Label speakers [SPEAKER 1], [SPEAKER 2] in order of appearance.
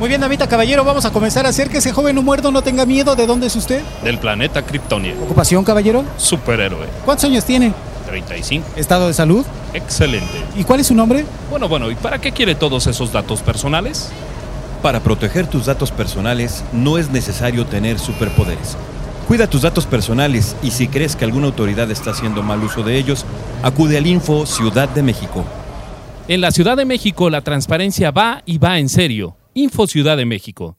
[SPEAKER 1] Muy bien, Damita Caballero, vamos a comenzar a hacer que ese joven no muerto no tenga miedo. ¿De dónde es usted?
[SPEAKER 2] Del planeta Kryptonia.
[SPEAKER 1] ¿Ocupación, caballero?
[SPEAKER 2] Superhéroe.
[SPEAKER 1] ¿Cuántos años tiene?
[SPEAKER 2] 35.
[SPEAKER 1] ¿Estado de salud?
[SPEAKER 2] Excelente.
[SPEAKER 1] ¿Y cuál es su nombre?
[SPEAKER 2] Bueno, bueno, ¿y para qué quiere todos esos datos personales?
[SPEAKER 3] Para proteger tus datos personales no es necesario tener superpoderes. Cuida tus datos personales y si crees que alguna autoridad está haciendo mal uso de ellos, acude al Info Ciudad de México.
[SPEAKER 2] En la Ciudad de México la transparencia va y va en serio. Info Ciudad de México.